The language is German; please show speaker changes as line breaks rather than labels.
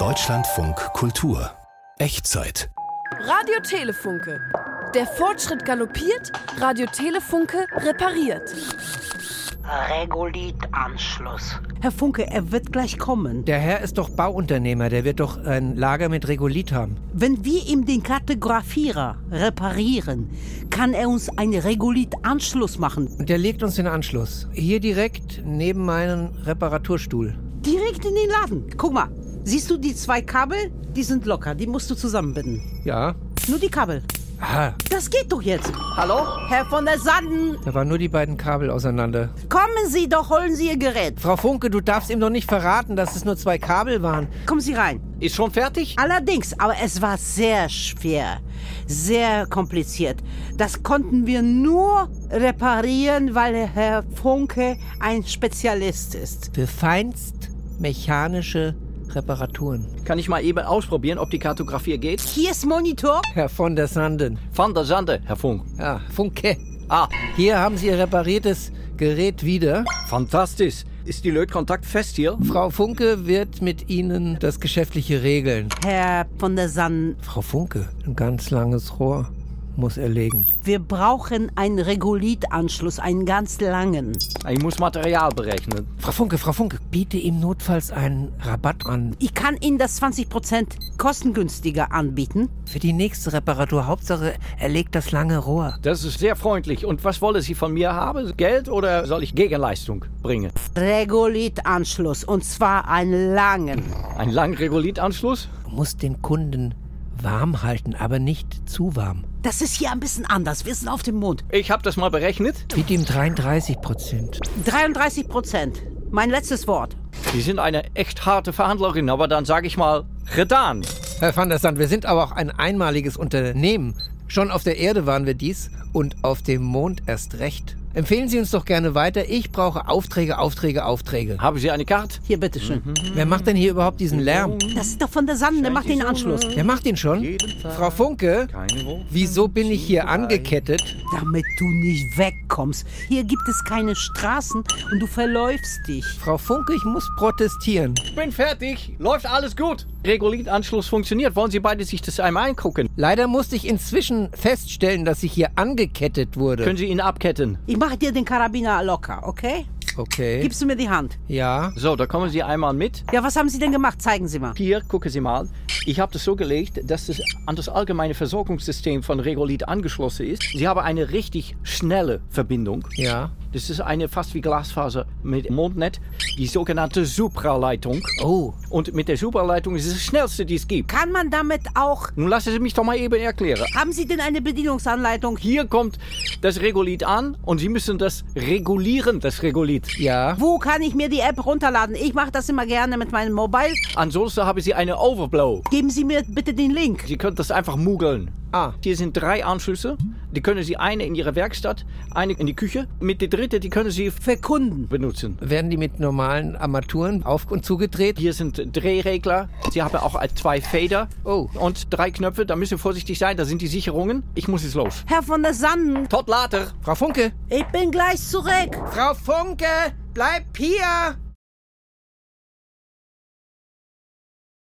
Deutschlandfunk Kultur. Echtzeit.
Radio Telefunke. Der Fortschritt galoppiert, Radio Telefunke repariert.
Regolithanschluss.
Herr Funke, er wird gleich kommen.
Der Herr ist doch Bauunternehmer, der wird doch ein Lager mit Regolith haben.
Wenn wir ihm den Kartografierer reparieren, kann er uns einen Regolith-Anschluss machen.
Und der legt uns den Anschluss. Hier direkt neben meinen Reparaturstuhl.
Direkt in den Laden. Guck mal, siehst du die zwei Kabel? Die sind locker, die musst du zusammenbinden.
Ja.
Nur die Kabel.
Ah,
Das geht doch jetzt. Hallo? Herr von der Sanden,
da waren nur die beiden Kabel auseinander.
kommen Sie doch, holen Sie Ihr Gerät.
Frau Funke, du darfst ihm doch nicht verraten, dass es nur zwei Kabel waren.
Kommen Sie rein.
Ist schon fertig?
Allerdings, aber es war sehr schwer, sehr kompliziert. Das konnten wir nur reparieren, weil Herr Funke ein Spezialist ist.
Für feinst mechanische Reparaturen.
Kann ich mal eben ausprobieren, ob die Kartografie geht?
Hier ist Monitor.
Herr von der Sanden.
Van der Sande, Herr Funk.
Ja, Funke.
Ah,
Hier haben Sie Ihr repariertes Gerät wieder.
fantastisch. Ist die Lötkontakt fest hier?
Frau Funke wird mit Ihnen das Geschäftliche regeln.
Herr von der Sanden,
Frau Funke, ein ganz langes Rohr muss er legen.
wir brauchen einen Regolith-Anschluss, einen ganz langen.
Ich muss Material berechnen.
Frau Funke, Frau Funke, biete ihm notfalls einen Rabatt an
Ich kann Ihnen das 20% kostengünstiger anbieten.
für die nächste Reparatur. Hauptsache, er legt das lange Rohr.
Das ist sehr freundlich. Und was wollen Sie von mir haben? Geld oder soll ich Gegenleistung bringen?
Regolith-Anschluss und zwar einen langen.
Ein langen Regolithanschluss?
Du musst den Kunden warm halten, aber nicht zu warm.
Das ist hier ein bisschen anders. Wir sind auf dem Mond.
Ich habe das mal berechnet.
Biete ihm 33 Prozent.
33%. Mein letztes Wort.
Sie sind eine echt harte Verhandlerin, aber dann sage ich mal, getan.
Herr van der Sand, wir sind aber auch ein einmaliges Unternehmen. Schon auf der Erde waren wir dies und auf dem Mond erst recht. Empfehlen Sie uns doch gerne weiter. Ich brauche Aufträge, Aufträge, Aufträge.
Haben Sie eine Karte?
Hier, bitteschön.
Wer macht denn hier überhaupt diesen Lärm?
Das ist doch von der Sande. Mach den Anschluss.
Wer macht den schon? Frau Funke, wieso bin ich hier angekettet?
Damit du nicht wegkommst. Hier gibt es keine Straßen und du verläufst dich.
Frau Funke, ich muss protestieren.
Ich bin fertig. Läuft alles gut. Regolithanschluss funktioniert. Wollen Sie beide sich das einmal angucken?
Leider musste ich inzwischen feststellen, dass ich hier angekettet wurde.
Können Sie ihn abketten?
Ich mache dir den Karabiner locker, okay?
Okay.
Gibst du mir die Hand?
Ja.
So, da kommen Sie einmal mit.
Ja, was haben Sie denn gemacht? Zeigen Sie mal.
Hier, gucken Sie mal. Ich habe das so gelegt, dass es an das allgemeine Versorgungssystem von Regolith angeschlossen ist. Sie haben eine richtig schnelle Verbindung.
Ja.
Das ist eine fast wie Glasfaser mit Mondnet, die sogenannte Supraleitung.
Oh.
Und mit der Supraleitung ist es das schnellste, die es gibt.
Kann man damit auch...
Nun lassen Sie mich doch mal eben erklären.
Haben Sie denn eine Bedienungsanleitung?
Hier kommt das Regolith an und Sie müssen das regulieren, das Regolith.
Ja.
Wo kann ich mir die App runterladen? Ich mache das immer gerne mit meinem Mobile.
Ansonsten haben Sie eine Overblow.
Geben Sie mir bitte den Link.
Sie können das einfach moogeln.
Ah.
Hier sind drei Anschlüsse. Die können Sie eine in Ihre Werkstatt, eine in die Küche. Mit der dritte, die können Sie
Für Kunden.
benutzen.
Werden die mit normalen Armaturen auf und zugedreht?
Hier sind Drehregler. Sie haben auch zwei Fader
Oh.
und drei Knöpfe. Da müssen Sie vorsichtig sein. Da sind die Sicherungen. Ich muss jetzt los.
Herr von der Sanden,
Tot later.
Frau Funke!
ich bin gleich zurück.
Frau Funke! Bleib hier!